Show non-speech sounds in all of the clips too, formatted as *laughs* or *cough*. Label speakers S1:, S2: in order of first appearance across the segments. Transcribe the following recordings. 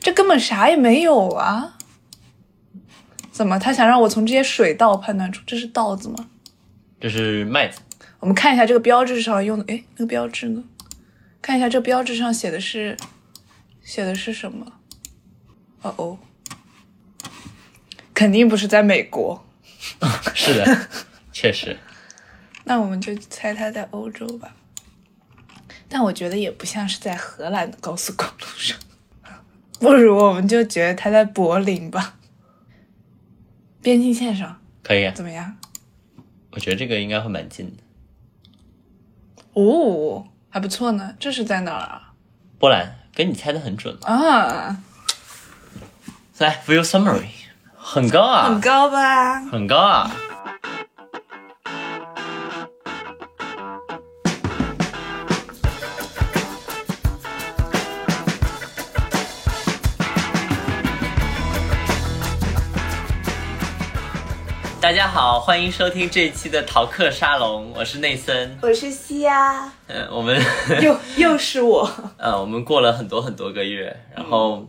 S1: 这根本啥也没有啊！怎么，他想让我从这些水稻判断出这是稻子吗？
S2: 这是麦 *laughs* 子，
S1: 我们看一下这个标志上用的，哎，那个标志呢？看一下这标志上写的是写的是什么？哦哦，肯定不是在美国。
S2: 是的，确实，
S1: 那我们就猜它在欧洲吧。但我觉得也不像是在荷兰的高速公路上， *laughs* 不如我们就觉得它在柏林吧，边境线上
S2: 可以啊。
S1: 怎么样？
S2: 我觉得这个应该会蛮近的。
S1: 哦，还不错呢。这是在哪儿啊？
S2: 波兰，跟你猜的很准了。
S1: 啊，
S2: 来，view summary，很高啊，
S1: 很高吧？
S2: 很高啊。大家好，欢迎收听这一期的逃课沙龙，我是内森。
S3: 我是西呀，
S2: 嗯、我们
S1: *laughs* 又又是我，
S2: 呃，我们过了很多很多个月，然后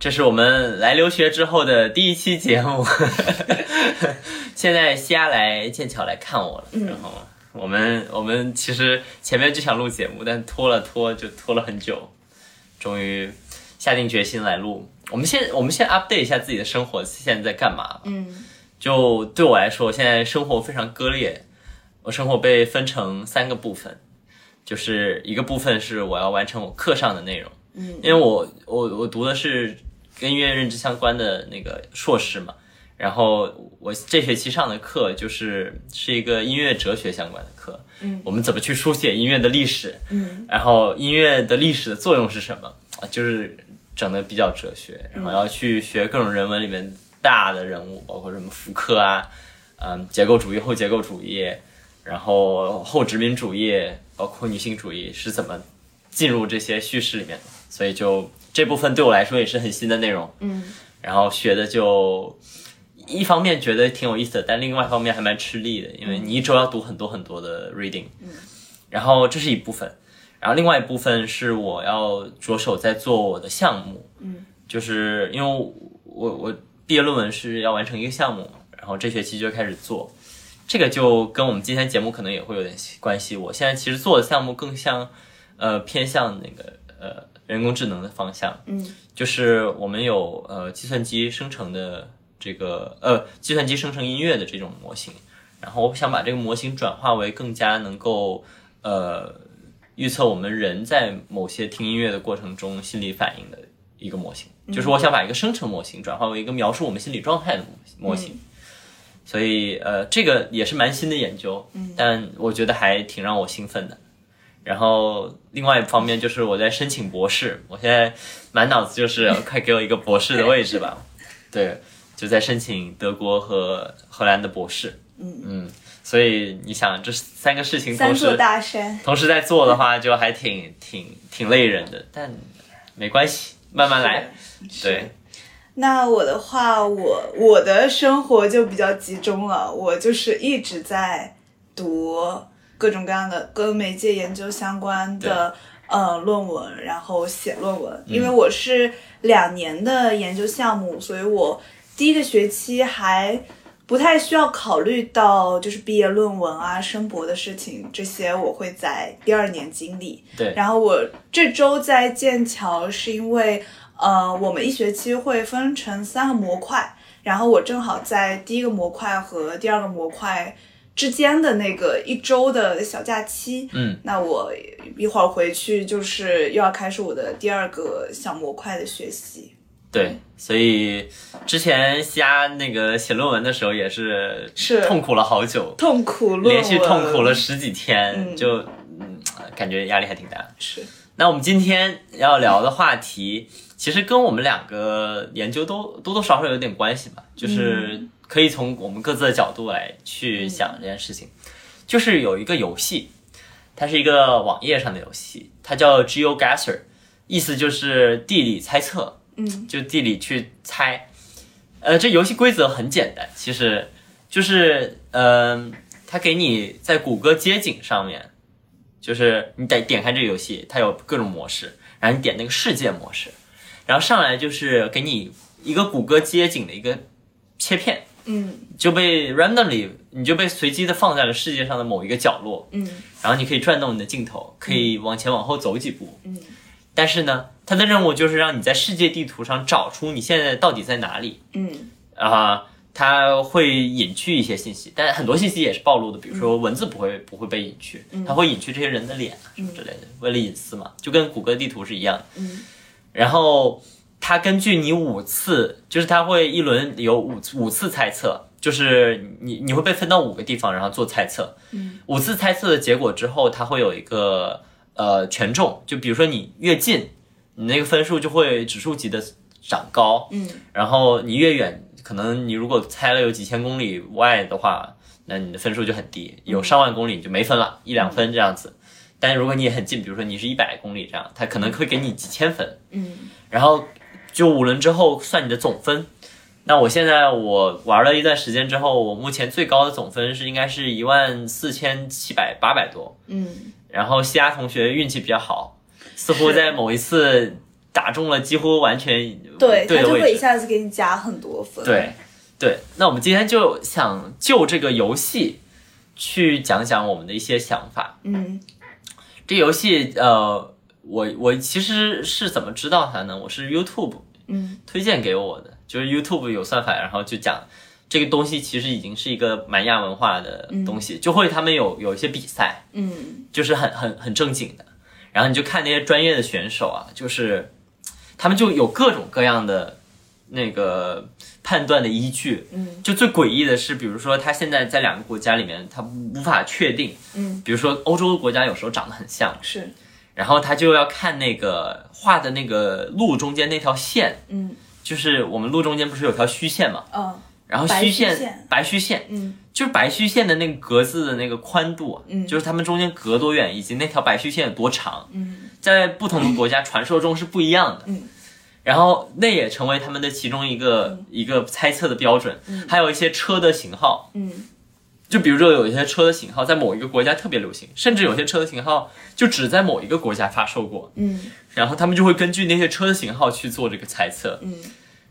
S2: 这是我们来留学之后的第一期节目。 *laughs* 现在西亚来剑桥来看我了，然后我们我们其实前面就想录节目，但拖了拖就拖了很久，终于下定决心来录。我们先我们先 update 一下自己的生活现在在干嘛。
S3: 嗯，
S2: 就对我来说，我现在生活非常割裂。我生活被分成三个部分，就是一个部分是我要完成我课上的内容，嗯，因为我我我读的是跟音乐认知相关的那个硕士嘛，然后我这学期上的课就是是一个音乐哲学相关的课，嗯，我们怎么去书写音乐的历史，嗯，然后音乐的历史的作用是什么啊？就是整的比较哲学，然后要去学各种人文里面大的人物，包括什么福柯啊，嗯，结构主义、后结构主义，然后后殖民主义，包括女性主义是怎么进入这些叙事里面的，所以就这部分对我来说也是很新的内容。嗯，然后学的就一方面觉得挺有意思的，但另外一方面还蛮吃力的，因为你一周要读很多很多的 reading。嗯，然后这是一部分，然后另外一部分是我要着手在做我的项目。嗯，就是因为我我我毕业论文是要完成一个项目，然后这学期就开始做。这个就跟我们今天节目可能也会有点关系。我现在其实做的项目更像，呃，偏向那个呃人工智能的方向。
S3: 嗯，
S2: 就是我们有呃计算机生成的这个呃计算机生成音乐的这种模型，然后我想把这个模型转化为更加能够呃预测我们人在某些听音乐的过程中心理反应的一个模型。
S3: 嗯
S2: 就是我想把一个生成模型转化为一个描述我们心理状态的模模型。
S3: 嗯
S2: 所以呃，这个也是蛮新的研究，
S3: 嗯
S2: 但我觉得还挺让我兴奋的。然后另外一方面就是我在申请博士，我现在满脑子就是快给我一个博士的位置吧，对，就在申请德国和荷兰的博士，嗯所以你想这三个事情
S3: 三
S2: 同时
S3: 座大山，
S2: 同时在做的话，就还挺挺挺累人的，但没关系，慢慢来，对，
S3: 那我的话，我我的生活就比较集中了，我就是一直在读各种各样的跟媒介研究相关的呃论文，然后写论文。因为我是两年的研究项目，所以我第一个学期还不太需要考虑到就是毕业论文啊、申博的事情，这些我会在第二年经历。
S2: 对
S3: 然后我这周在剑桥是因为。呃，我们一学期会分成三个模块，然后我正好在第一个模块和第二个模块之间的那个一周的小假期，
S2: 嗯，
S3: 那我一会儿回去就是又要开始我的第二个小模块的学习。
S2: 对，所以之前瞎那个写论文的时候也是
S3: 是
S2: 痛苦了好久，
S3: 痛苦论文，
S2: 连续痛苦了十几天，
S3: 嗯
S2: 就嗯感觉压力还挺大。
S3: 是
S2: 那我们今天要聊的话题，其实跟我们两个研究都多多少少有点关系吧，就是可以从我们各自的角度来去想这件事情。就是有一个游戏，它是一个网页上的游戏，它叫 GeoGuessr，意思就是地理猜测，
S3: 嗯，
S2: 就地理去猜。呃，这游戏规则很简单，其实就是，嗯、它给你在谷歌街景上面，就是你得点开这个游戏，它有各种模式，然后你点那个世界模式，然后上来就是给你一个谷歌街景的一个切片，
S3: 嗯
S2: 就被 randomly 你就被随机的放在了世界上的某一个角落，
S3: 嗯
S2: 然后你可以转动你的镜头，可以往前往后走几步，
S3: 嗯
S2: 但是呢，它的任务就是让你在世界地图上找出你现在到底在哪里
S3: 嗯
S2: 啊。它会隐去一些信息，但很多信息也是暴露的，比如说文字不会不会被隐去，它会隐去这些人的脸啊什么之类的，为了隐私嘛，就跟谷歌地图是一样的。
S3: 嗯
S2: 然后它根据你五次，就是它会一轮有五五次猜测，就是你你会被分到五个地方，然后做猜测。
S3: 嗯，
S2: 五次猜测的结果之后，它会有一个呃权重，就比如说你越近，你那个分数就会指数级的长高，
S3: 嗯，
S2: 然后你越远，可能你如果猜了有几千公里外的话，那你的分数就很低，有上万公里你就没分了，一两分这样子。但如果你也很近，比如说你是一百公里这样，它可能会给你几千分，
S3: 嗯
S2: 然后就五轮之后算你的总分。那我现在我玩了一段时间之后，我目前最高的总分是应该是一万四千七百八百多。
S3: 嗯
S2: 然后西亚同学运气比较好，似乎在某一次打中了几乎完全
S3: 对，他
S2: 的
S3: 就会
S2: 位
S3: 一
S2: 置。
S3: 下子给你加很多分。
S2: 对，对，那我们今天就想就这个游戏去讲讲我们的一些想法。
S3: 嗯
S2: 这游戏，呃，我我其实是怎么知道它呢？我是 YouTube
S3: 嗯
S2: 推荐给我的，就是 YouTube 有算法，然后就讲这个东西其实已经是一个蛮亚文化的东西，就会他们有有一些比赛，
S3: 嗯
S2: 就是很很很正经的，然后你就看那些专业的选手啊，就是他们就有各种各样的那个判断的依据。
S3: 嗯
S2: 就最诡异的是，比如说他现在在两个国家里面，他无法确定，
S3: 嗯，
S2: 比如说欧洲的国家有时候长得很像。
S3: 是，
S2: 然后他就要看那个画的那个路中间那条线，
S3: 嗯
S2: 就是我们路中间不是有条虚线嘛？
S3: 嗯
S2: 然后虚
S3: 白虚线
S2: 白虚线，
S3: 嗯
S2: 就是白虚线的那个格子的那个宽度啊，
S3: 嗯
S2: 就是他们中间隔多远，以及那条白虚线有多长，
S3: 嗯
S2: 在不同的国家传说中是不一样的。
S3: 嗯
S2: 然后那也成为他们的其中一个、一个猜测的标准。还有一些车的型号，
S3: 嗯
S2: 就比如说有一些车的型号在某一个国家特别流行，甚至有些车的型号就只在某一个国家发售过。
S3: 嗯
S2: 然后他们就会根据那些车的型号去做这个猜测，
S3: 嗯。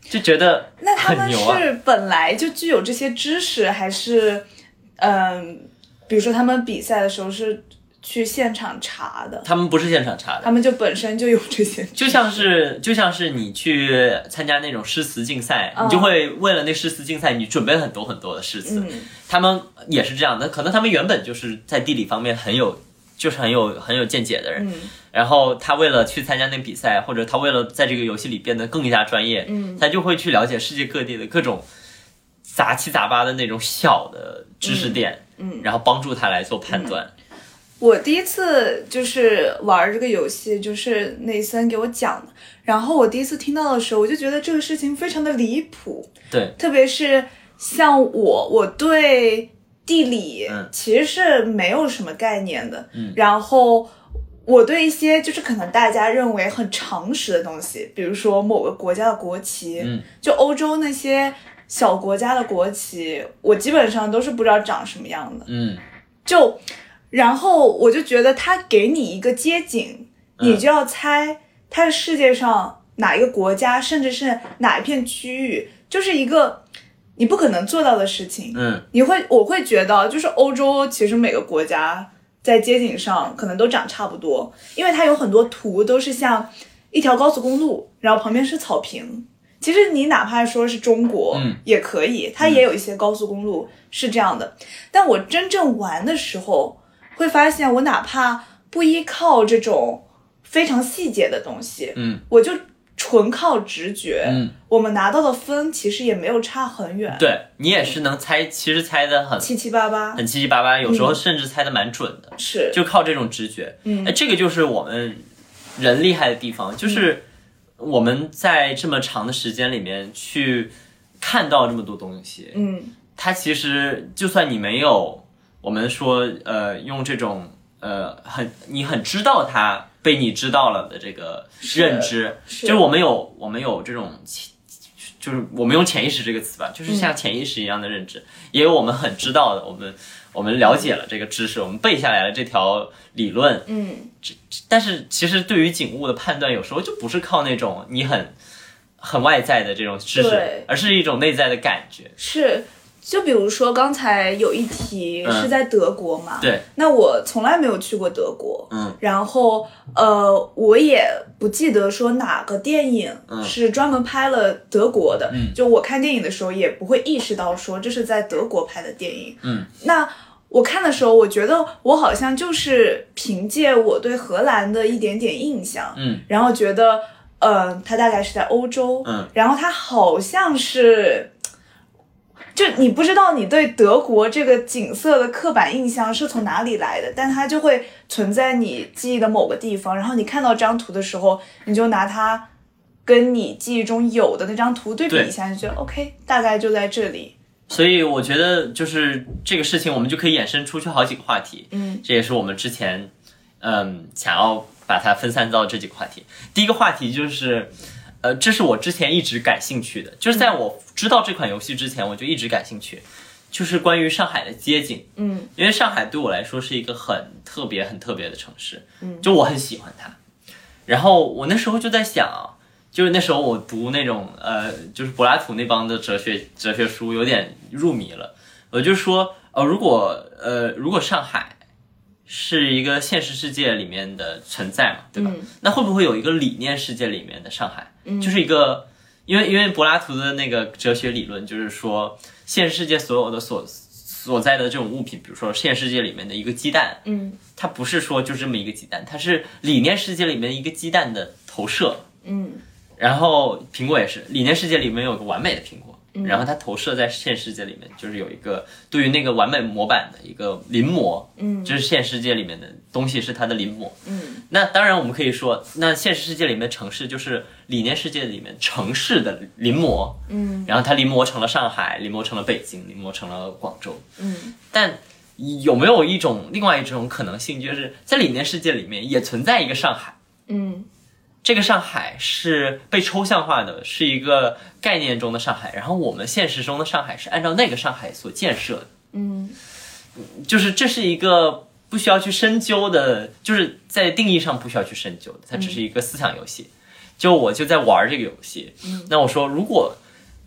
S2: 就觉得
S3: 那他
S2: 很
S3: 们
S2: 牛啊。
S3: 是本来就具有这些知识，还是嗯，比如说他们比赛的时候是去现场查的，
S2: 他们不是现场查
S3: 他
S2: 的，
S3: 们就本身就有这些知识，
S2: 就像是就像是你去参加那种诗词竞赛，你就会为了那诗词竞赛，你准备了很多很多的诗词。
S3: 嗯
S2: 他们也是这样的，可能他们原本就是在地理方面很有，就是很有很有见解的人。
S3: 嗯
S2: 然后他为了去参加那比赛，或者他为了在这个游戏里变得更加专业，
S3: 嗯
S2: 他就会去了解世界各地的各种杂七杂八的那种小的知识点，
S3: 嗯嗯嗯
S2: 然后帮助他来做判断。
S3: 我第一次就是玩这个游戏，就是内森给我讲的。然后我第一次听到的时候，我就觉得这个事情非常的离谱，
S2: 对，
S3: 特别是像我，我对地理
S2: 嗯
S3: 其实是没有什么概念的。
S2: 嗯
S3: 然后我对一些就是可能大家认为很常识的东西，比如说某个国家的国旗，
S2: 嗯
S3: 就欧洲那些小国家的国旗，我基本上都是不知道长什么样的。
S2: 嗯，
S3: 就然后我就觉得他给你一个街景，
S2: 嗯
S3: 你就要猜它是世界上哪一个国家，甚至是哪一片区域，就是一个你不可能做到的事情。
S2: 嗯，
S3: 你会我会觉得，就是欧洲其实每个国家在街景上可能都长差不多，因为它有很多图都是像一条高速公路，然后旁边是草坪。其实你哪怕说是中国，
S2: 嗯
S3: 也可以，它也有一些高速公路是这样的。但我真正玩的时候，会发现我哪怕不依靠这种非常细节的东西，
S2: 嗯，
S3: 我就纯靠直觉，
S2: 嗯，
S3: 我们拿到的分其实也没有差很远，，
S2: 对你也是能猜，其实猜的很
S3: 七七八八
S2: 很七七八八，有时候甚至猜的蛮准的，
S3: 是，
S2: 就靠这种直觉。
S3: 嗯
S2: 哎，这个就是我们人厉害的地方，就是我们在这么长的时间里面去看到这么多东西，
S3: 嗯
S2: 它其实就算你没有，我们说呃用这种呃很你很知道它被你知道了的这个认知，
S3: 是
S2: 就是我们有我们有这种潜。
S3: 嗯
S2: 就是我们用潜意识这个词吧，就是像潜意识一样的认知，也有我们很知道的，我们我们了解了这个知识，我们背下来了这条理论，
S3: 嗯，
S2: 但是其实对于景物的判断，有时候就不是靠那种你很很外在的这种知识
S3: 对，
S2: 而是一种内在的感觉。
S3: 是。就比如说刚才有一题
S2: 嗯
S3: 是在德国嘛，
S2: 对，
S3: 那我从来没有去过德国，
S2: 嗯，
S3: 然后呃，我也不记得说哪个电影
S2: 嗯
S3: 是专门拍了德国的，
S2: 嗯
S3: 就我看电影的时候也不会意识到说这是在德国拍的电影，
S2: 嗯，
S3: 那。我看的时候，我觉得我好像就是凭借我对荷兰的一点点印象，
S2: 嗯，
S3: 然后觉得，呃，它大概是在欧洲，
S2: 嗯，
S3: 然后它好像是，就你不知道你对德国这个景色的刻板印象是从哪里来的，但它就会存在你记忆的某个地方，然后你看到这张图的时候，你就拿它跟你记忆中有的那张图对比
S2: 对
S3: 一下，你就觉得 OK，大概就在这里，
S2: 所以我觉得就是这个事情，我们就可以衍生出去好几个话题。
S3: 嗯，
S2: 这也是我们之前嗯想要把它分散到这几个话题。第一个话题就是，呃，这是我之前一直感兴趣的，就
S3: 嗯
S2: 是在我知道这款游戏之前，我就一直感兴趣，就是关于上海的街景。
S3: 嗯，
S2: 因为上海对我来说是一个很特别、很特别的城市，嗯，就我很喜欢它。然后我那时候就在想啊，就是那时候我读那种呃，就是柏拉图那帮的哲学哲学书，有点入迷了。我就说，呃，如果呃，如果上海是一个现实世界里面的存在嘛，对吧？
S3: 嗯
S2: 那会不会有一个理念世界里面的上海，就是一个，因为因为柏拉图的那个哲学理论就是说，现实世界所有的所所在的这种物品，比如说现实世界里面的一个鸡蛋，
S3: 嗯
S2: 它不是说就这么一个鸡蛋，它是理念世界里面一个鸡蛋的投射。
S3: 嗯
S2: 然后苹果也是，理念世界里面有个完美的苹果，
S3: 嗯
S2: 然后它投射在现实世界里面，就是有一个对于那个完美模板的一个临摹，
S3: 嗯
S2: 就是现实世界里面的东西是它的临摹。
S3: 嗯
S2: 那当然，我们可以说，那现实世界里面的城市就是理念世界里面城市的临摹，
S3: 嗯，
S2: 然后它临摹成了上海，临摹成了北京，临摹成了广州，
S3: 嗯，
S2: 但。有没有一种另外一种可能性，就是在理念世界里面也存在一个上海，
S3: 嗯
S2: 这个上海是被抽象化的，是一个概念中的上海，然后我们现实中的上海是按照那个上海所建设的，
S3: 嗯
S2: 就是这是一个不需要去深究的，就是在定义上不需要去深究的，它只是一个思想游戏。就我就在玩这个游戏，那我说如果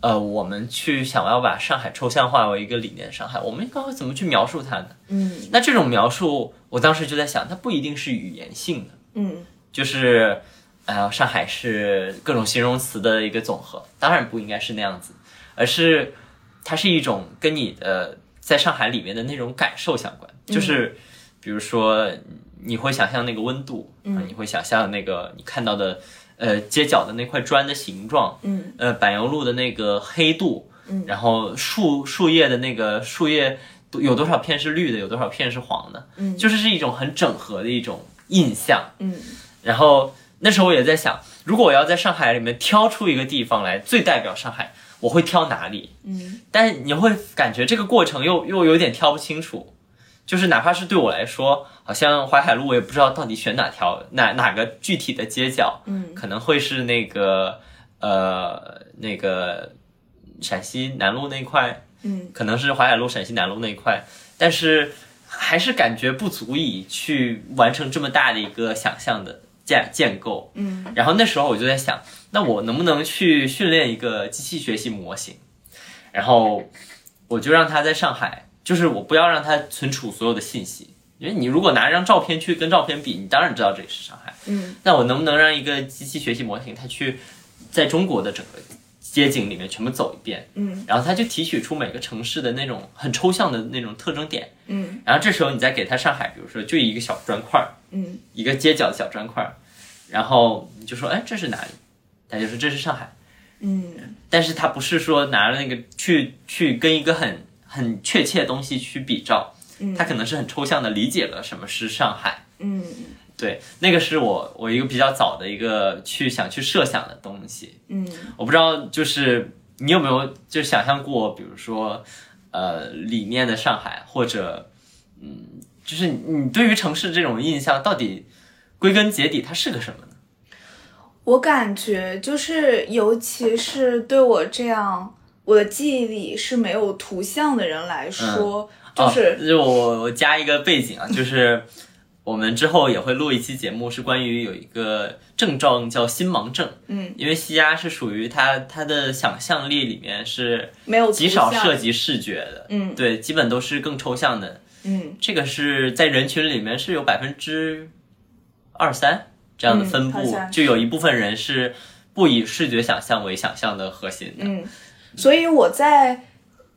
S2: 呃我们去想要把上海抽象化为一个理念上海，我们该怎么去描述它呢？
S3: 嗯
S2: 那这种描述，我当时就在想，它不一定是语言性的。
S3: 嗯
S2: 就是，呃，上海是各种形容词的一个总和，当然不应该是那样子，而是它是一种跟你的在上海里面的那种感受相关，就是比如说你会想象那个温度，嗯，你会想象那个你看到的，呃，街角的那块砖的形状，
S3: 嗯，
S2: 呃，柏油路的那个黑度，嗯，然后树树叶的那个树叶有多少片是绿的，有多少片是黄的，嗯，就是是一种很整合的一种印象，
S3: 嗯
S2: 然后那时候我也在想，如果我要在上海里面挑出一个地方来最代表上海，我会挑哪里？
S3: 嗯
S2: 但你会感觉这个过程又又有点挑不清楚，就是哪怕是对我来说，好像淮海路我也不知道到底选哪条哪哪个具体的街角，
S3: 嗯
S2: 可能会是那个呃那个陕西南路那一块，
S3: 嗯
S2: 可能是淮海路陕西南路那一块，但是还是感觉不足以去完成这么大的一个想象的建建构。
S3: 嗯
S2: 然后那时候我就在想，那我能不能去训练一个机器学习模型？然后我就让它在上海，就是我不要让它存储所有的信息，因为你如果拿一张照片去跟照片比，你当然知道这里是上海。
S3: 嗯
S2: 那我能不能让一个机器学习模型，它去在中国的整个街景里面全部走一遍？
S3: 嗯
S2: 然后它就提取出每个城市的那种很抽象的那种特征点，
S3: 嗯
S2: 然后这时候你再给它上海，比如说就一个小砖块儿，
S3: 嗯
S2: 一个街角的小砖块儿，然后你就说，哎，这是哪里？它就说这是上海，
S3: 嗯
S2: 但是它不是说拿那个去去跟一个很很确切的东西去比照，它可能是很抽象的理解了什么是上海。
S3: 嗯。
S2: 对，那个是我我一个比较早的一个去想去设想的东西，
S3: 嗯
S2: 我不知道，就是你有没有就想象过，比如说，呃，理念的上海，或者，嗯，就是你对于城市这种印象，到底归根结底它是个什么呢？，
S3: 我感觉就是，尤其是对我这样我的记忆里是没有图像的人来说，就是
S2: 哦、就我我加一个背景啊，就是我们之后也会录一期节目，是关于有一个症状叫心盲症。
S3: 嗯，
S2: 因为西亚是属于他他的想象力里面是
S3: 没有
S2: 极少
S3: 图像
S2: 涉及视觉的，
S3: 嗯
S2: 对，基本都是更抽象的。
S3: 嗯
S2: 这个是在人群里面是有百分之二三这样的分布，
S3: 嗯好像是
S2: 就有一部分人是不以视觉想象为想象的核心的。
S3: 嗯，所以我在，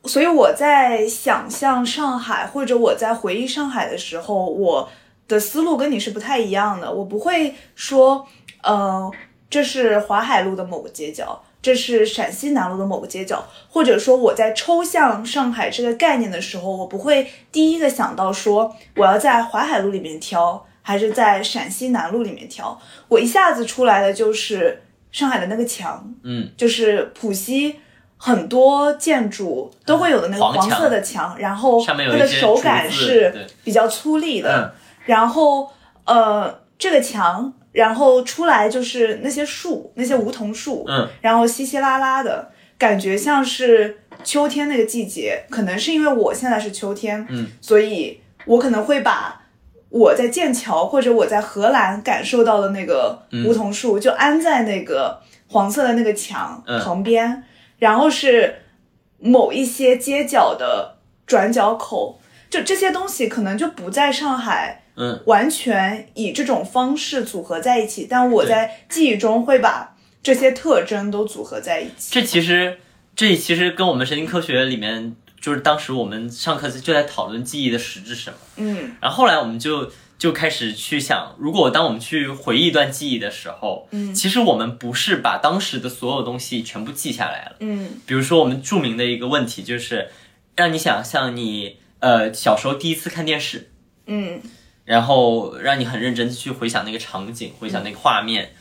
S3: 所以我在想象上海或者我在回忆上海的时候，我的思路跟你是不太一样的。我不会说，呃，这是淮海路的某个街角，这是陕西南路的某个街角，或者说我在抽象上海这个概念的时候，我不会第一个想到说我要在淮海路里面挑，还是在陕西南路里面挑。我一下子出来的就是上海的那个墙，
S2: 嗯，
S3: 就是浦西很多建筑都会有的那个
S2: 嗯黄
S3: 黄
S2: 墙
S3: 色的墙，然后
S2: 上面有
S3: 它
S2: 一
S3: 的
S2: 些
S3: 手
S2: 竹
S3: 感
S2: 子
S3: 是
S2: 对
S3: 比较粗粝的
S2: 嗯，
S3: 然后呃这个墙，然后出来就是那些树，那些梧桐树，
S2: 嗯，
S3: 然后稀稀拉拉的感觉像是秋天那个季节，可能是因为我现在是秋天，
S2: 嗯，
S3: 所以我可能会把。我在剑桥或者我在荷兰感受到的那个
S2: 嗯
S3: 梧桐树，就安在那个黄色的那个墙
S2: 嗯
S3: 旁边，然后是某一些街角的转角口，就这些东西可能就不在上海，
S2: 嗯，
S3: 完全以这种方式组合在一起，但我在记忆中会把这些特征都组合在一起。
S2: 这其实这其实跟我们神经科学里面就是当时我们上课就在讨论记忆的实质是什么。
S3: 嗯
S2: 然后后来我们就就开始去想，如果当我们去回忆一段记忆的时候，
S3: 嗯
S2: 其实我们不是把当时的所有东西全部记下来了。
S3: 嗯
S2: 比如说我们著名的一个问题就是，让你想象你呃小时候第一次看电视，
S3: 嗯
S2: 然后让你很认真地去回想那个场景，回想那个画面，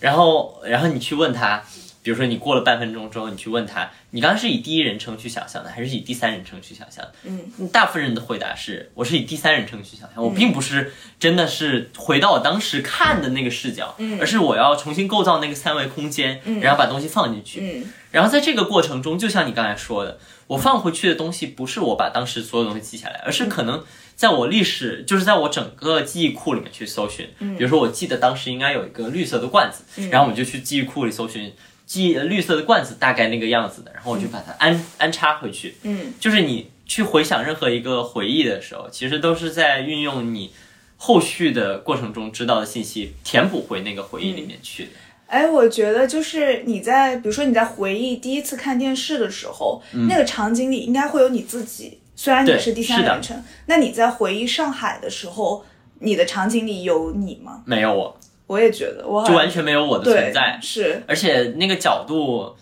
S2: 然后然后你去问他。比如说，你过了半分钟之后，你去问他，你刚刚是以第一人称去想象的，还是以第三人称去想象的？
S3: 嗯
S2: 大部分人的回答是，我是以第三人称去想象，我并不是真的是回到我当时看的那个视角，
S3: 嗯
S2: 而是我要重新构造那个三维空间，然后把东西放进去。
S3: 嗯
S2: 然后在这个过程中，就像你刚才说的，我放回去的东西不是我把当时所有东西记下来，而是可能在我历史，就是在我整个记忆库里面去搜寻。
S3: 嗯
S2: 比如说，我记得当时应该有一个绿色的罐子，然后我就去记忆库里搜寻。记绿色的罐子大概那个样子的，然后我就把它安、安插回去，
S3: 嗯
S2: 就是你去回想任何一个回忆的时候，其实都是在运用你后续的过程中知道的信息，填补回那个回忆
S3: 嗯
S2: 里面去的。
S3: 哎，我觉得就是你在，比如说你在回忆第一次看电视的时候，那个场景里应该会有你自己，虽然你
S2: 对
S3: 是第三
S2: 嗯是的
S3: 人称。那你在回忆上海的时候，你的场景里有你吗？
S2: 没有我，
S3: 我也觉得，我好
S2: 就
S3: 像
S2: 完全没有我的
S3: 对
S2: 存在，
S3: 是，
S2: 而且那个角度。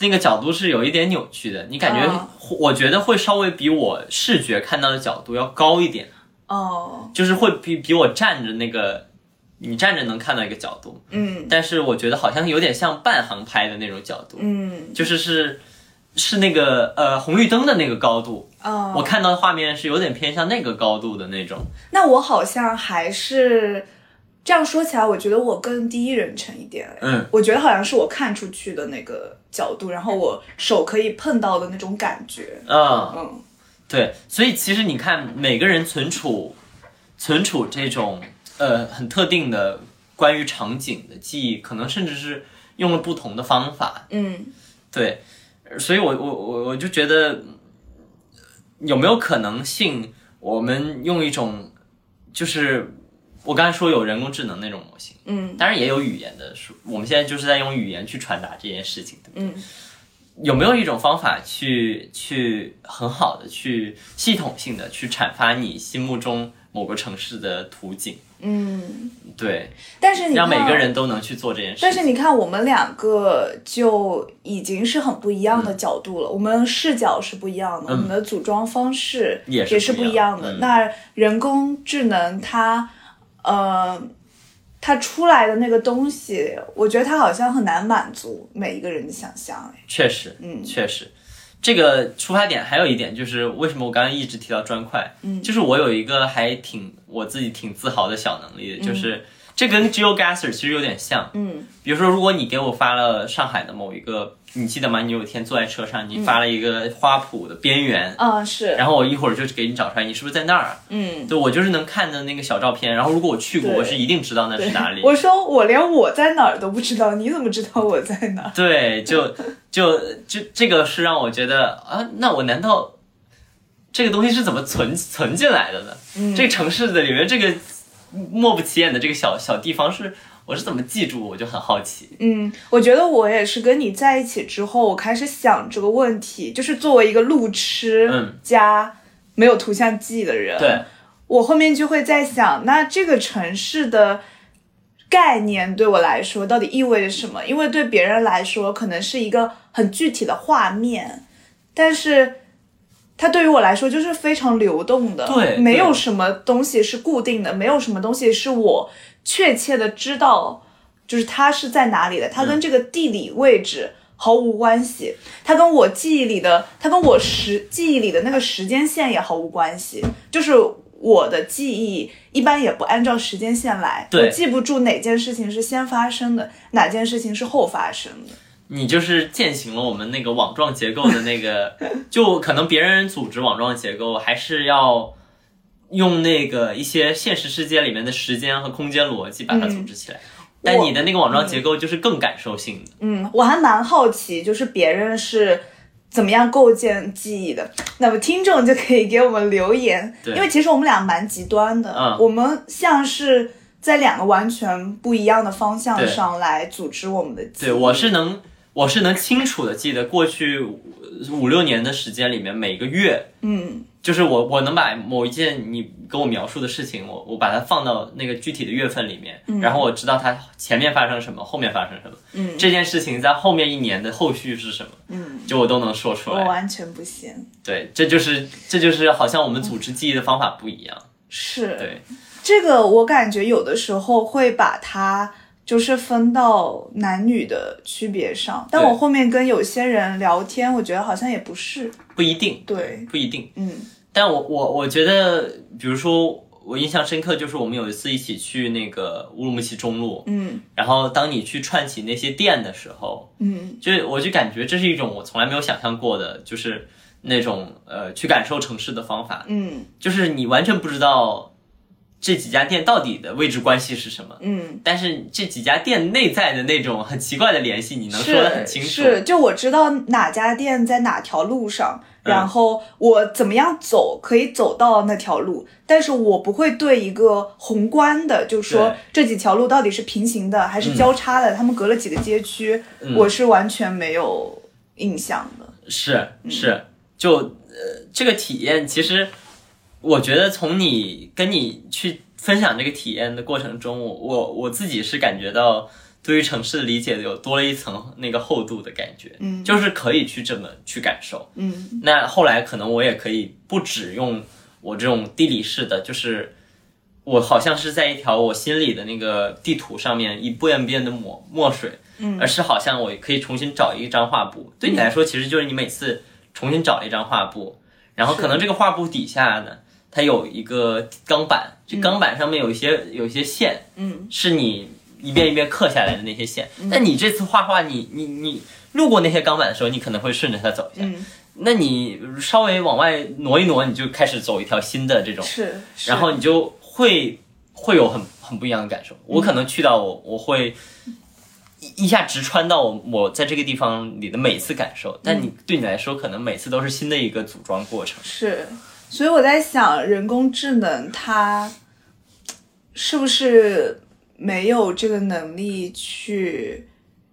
S2: 那个角度是有一点扭曲的，你感觉，
S3: 啊
S2: 我觉得会稍微比我视觉看到的角度要高一点，
S3: 哦，
S2: 就是会比比我站着那个，你站着能看到一个角度，
S3: 嗯
S2: 但是我觉得好像有点像半航拍的那种角度，
S3: 嗯，
S2: 就是是是那个呃红绿灯的那个高度，
S3: 哦，
S2: 我看到的画面是有点偏向那个高度的那种。
S3: 那我好像还是这样说起来，我觉得我更第一人称一点。哎
S2: 嗯，
S3: 我觉得好像是我看出去的那个角度，然后我手可以碰到的那种感觉。
S2: 嗯，
S3: 嗯
S2: 对，所以其实你看，每个人存储存储这种呃很特定的关于场景的记忆，可能甚至是用了不同的方法，
S3: 嗯
S2: 对，所以我我我我就觉得嗯有没有可能性，我们用一种就是我刚才说有人工智能那种模型，
S3: 嗯，
S2: 当然也有语言的说，我们现在就是在用语言去传达这件事情，对不对？
S3: 嗯
S2: 有没有一种方法去去很好的去系统性的去阐发你心目中某个城市的图景？
S3: 嗯，
S2: 对，
S3: 但是你
S2: 让每
S3: 看
S2: 个人都能去做这件事情。
S3: 但是你看，我们两个就已经是很不一样
S2: 嗯
S3: 的角度了，我们视角是不一样的，我们的组装方式
S2: 也是
S3: 是
S2: 不
S3: 一
S2: 一
S3: 样
S2: 样
S3: 的。
S2: 嗯
S3: 那人工智能它，呃，它出来的那个东西，我觉得它好像很难满足每一个人的想象。哎，
S2: 确实，
S3: 嗯
S2: 确实，这个出发点还有一点就是，为什么我刚刚一直提到砖块，嗯，就是我有一个还挺我自己挺自豪的小能力的，就是这跟 GeoGuessr 其实有点像。
S3: 嗯，
S2: 比如说，如果你给我发了上海的某一个，你记得吗？你有一天坐在车上，你发了一个花圃的边缘，
S3: 啊是，
S2: 然后我一会儿就给你找出来，你是不是在那儿啊？
S3: 嗯，
S2: 对，我就是能看的那个小照片。然后如果我去过，
S3: 对
S2: 我是一定知道那是哪里。
S3: 我说我连我在哪儿都不知道，你怎么知道我在哪儿？
S2: 对，就就就这个是让我觉得啊，那我难道这个东西是怎么存存进来的呢？
S3: 嗯
S2: 这个城市的里面这个莫不起眼的这个小小地方是我是怎么记住？我就很好奇。
S3: 嗯，我觉得我也是跟你在一起之后，我开始想这个问题，就是作为一个路痴
S2: 嗯
S3: 加没有图像记忆的人，
S2: 对，
S3: 我后面就会在想，那这个城市的概念对我来说到底意味着什么？因为对别人来说，可能是一个很具体的画面，但是它对于我来说就是非常流动的，
S2: 对
S3: 没有
S2: 对
S3: 什么东西是固定的，没有什么东西是我确切的知道，就是它是在哪里的，它
S2: 嗯
S3: 跟这个地理位置。毫无关系，它跟我记忆里的，它跟我时记忆里的那个时间线也毫无关系。就是我的记忆一般也不按照时间线来，
S2: 对
S3: 我记不住哪件事情是先发生的，哪件事情是后发生的。
S2: 你就是践行了我们那个网状结构的那个， *laughs* 就可能别人组织网状结构还是要用那个一些现实世界里面的时间和空间逻辑把它组织起来，但
S3: 我
S2: 你的那个网状结构就是更感受性的。
S3: 嗯，我还蛮好奇，就是别人是怎么样构建记忆的。那么听众就可以给我们留言，
S2: 对
S3: 因为其实我们俩蛮极端的，
S2: 嗯
S3: 我们像是在两个完全不一样的方向
S2: 对
S3: 上来组织我们的记忆。
S2: 对，我是能，我是能清楚的记得过去五五六年的时间里面，每个月，嗯，就是我我能把某一件你跟我描述的事情，我我把它放到那个具体的月份里面，然后我知道它前面发生什么，后面发生什么，嗯，这件事情在后面一年的后续是什么，嗯，哦就我都能说出
S3: 我
S2: 来。
S3: 完全不行，
S2: 对，这就是这就是好像我们组织记忆的方法不一样。
S3: 是
S2: 对，
S3: 这个我感觉有的时候会把它就是分到男女的区别上，但
S2: 对
S3: 我后面跟有些人聊天，我觉得好像也不是。
S2: 不一定，
S3: 对，
S2: 不一定。
S3: 嗯
S2: 但我我我觉得，比如说我印象深刻，就是我们有一次一起去那个乌鲁木齐中路，
S3: 嗯
S2: 然后当你去串起那些店的时候，
S3: 嗯
S2: 就我就感觉这是一种我从来没有想象过的，就是那种呃去感受城市的方法，
S3: 嗯
S2: 就是你完全不知道这几家店到底的位置关系是什么。
S3: 嗯，
S2: 但是这几家店内在的那种很奇怪的联系，你能说得很清
S3: 是
S2: 楚。
S3: 是，就我知道哪家店在哪条路上，
S2: 嗯
S3: 然后我怎么样走可以走到那条路，但是我不会对一个宏观的，就说
S2: 对嗯
S3: 这几条路到底是平行的还是交叉的，他们隔了几个街区，我是完全没有印象的。
S2: 是是，就呃，这个体验其实，我觉得从你跟你去分享这个体验的过程中，我我我自己是感觉到对于城市的理解有多了一层那个厚度的感觉，嗯，就是可以去这么去感受，
S3: 嗯，
S2: 那后来可能我也可以不只用我这种地理式的，就是。我好像是在一条我心里的那个地图上面一遍遍的抹墨水，
S3: 嗯
S2: 而是好像我可以重新找一张画布。对你来说，其实就是你每次重新找一张画布，然后可能这个画布底下呢，它有一个钢板，这钢板上面有一些有一些线，
S3: 嗯，
S2: 是你一遍一遍刻下来的那些线。但你这次画画，你你你路过那些钢板的时候，你可能会顺着它走一下。
S3: 嗯
S2: 那你稍微往外挪一挪，你就开始走一条新的这种
S3: 是，是
S2: 然后你就会会有很很不一样的感受。我可能去到我我会一一下直穿到我我在这个地方里的每一次感受，但你对你来说，可能每次都是新的一个组装过程。
S3: 是，所以我在想，人工智能它是不是没有这个能力去，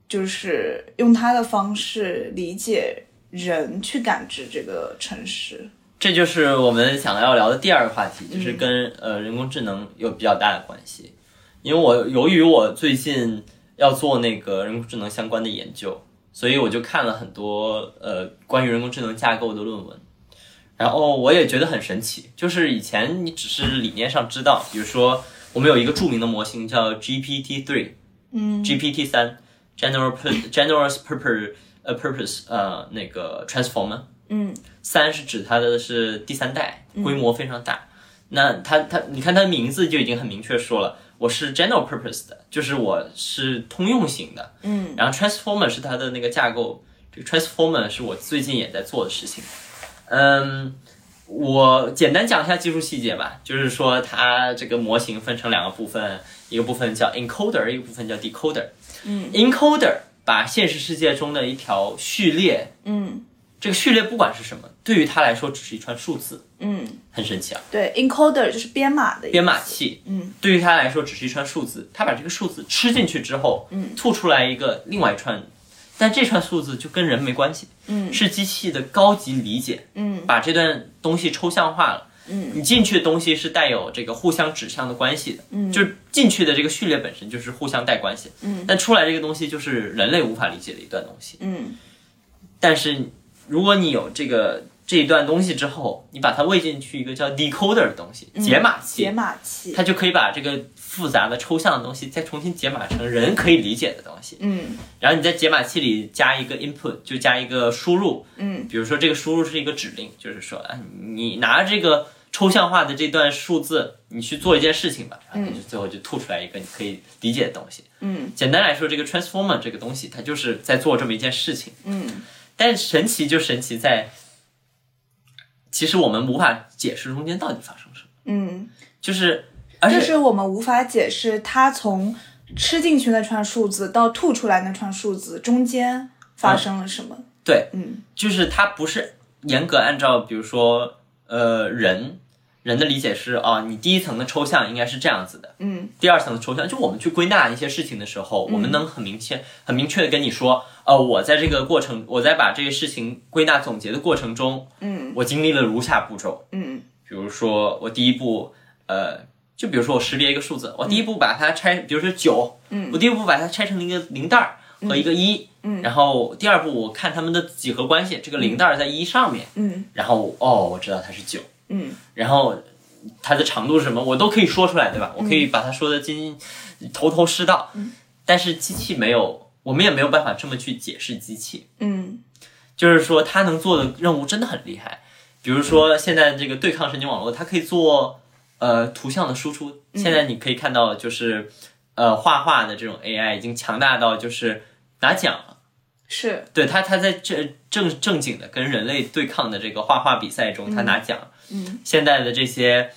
S3: 就是用它的方式理解人，去感知这个城市？
S2: 这就是我们想要聊的第二个话题，就是跟、呃人工智能有比较大的关系。因为我由于我最近要做那个人工智能相关的研究，所以我就看了很多呃关于人工智能架构的论文，然后我也觉得很神奇。就是以前你只是理念上知道，比如说我们有一个著名的模型叫 GPT three，嗯，GPT 三 General Pur- General Purpose 呃 Purpose 呃那个 Transformer，三是指它的嗯是第三代，规模非常大。那它它，你看它的名字就已经很明确说了，我是 general purpose 的，就是我是通用型的。嗯，然后 transformer 是它的那个架构，这个 transformer 是我最近也在做的事情。嗯，我简单讲一下技术细节吧，就是说它这个模型分成两个部分，一个部分叫 encoder，一个部分叫 decoder。嗯，encoder 把现实世界中的一条序列，
S3: 嗯
S2: 这个序列不管是什么，对于它来说只是一串数字，
S3: 嗯，
S2: 很神奇啊。
S3: 对，encoder 就是编码的意思
S2: 编码，器，
S3: 嗯，
S2: 对于它来说只是一串数字，它把这个数字吃进去之后，嗯，吐出来一个另外一串，但这串数字就跟人没关系，嗯，是机器的高级理解，
S3: 嗯，
S2: 把这段东西抽象化了。嗯，你进去的东西是带有这个互相指向的关系的，嗯，就是进去的这个序列本身就是互相带关系，嗯，但出来这个东西就是人类无法理解的一段东西，
S3: 嗯
S2: 但是如果你有这个这一段东西之后，你把它喂进去一个叫 decoder 的东西，解码
S3: 嗯
S2: 器，
S3: 解码器
S2: 它，就可以把这个复杂的抽象的东西再重新解码成人可以理解的东西。
S3: 嗯
S2: 然后你在解码器里加一个 input，就加一个输入。
S3: 嗯
S2: 比如说这个输入是一个指令，就是说，啊，你拿这个抽象化的这段数字，你去做一件事情吧。然后你就最后就吐出来一个你可以理解的东西。
S3: 嗯
S2: 简单来说，这个 transformer 这个东西，它就是在做这么一件事情。
S3: 嗯
S2: 但神奇就神奇在，其实我们无法解释中间到底发生什么，
S3: 嗯，
S2: 就是而且
S3: 就是我们无法解释它从吃进去那串数字到吐出来那串数字中间
S2: 啊
S3: 发生了什么。
S2: 对，
S3: 嗯
S2: 就是它不是严格按照，比如说，呃，人人的理解是啊、你第一层的抽象应该是这样子的，
S3: 嗯
S2: 第二层的抽象，就我们去归纳一些事情的时候，我们能很明确、很明确的跟你说，呃，我在这个过程，我在把这个事情归纳总结的过程中，
S3: 嗯，
S2: 我经历了如下步骤，
S3: 嗯
S2: 比如说我第一步，呃，就比如说我识别一个数字，我第一步把它拆，比如说九，嗯，我第一步把它拆成了一个零蛋儿和一个一，嗯，然后第二步我看它们的几何关系，这个零蛋儿在一上面，
S3: 嗯
S2: 然后哦，我知道它是九，
S3: 嗯
S2: 然后它的长度是什么，我都可以说出来，对吧？我可以把它说的津津头头是道，但是机器没有，我们也没有办法这么去解释机器，
S3: 嗯
S2: 就是说它能做的任务真的很厉害。比如说现在这个对抗神经网络，它可以做呃图像的输出。现在你可以看到，就是呃画画的这种 AI 已经强大到就是拿奖了。
S3: 是
S2: 对它，它在这正正经的跟人类对抗的这个画画比赛中，它拿奖了。
S3: 嗯
S2: 现在的这些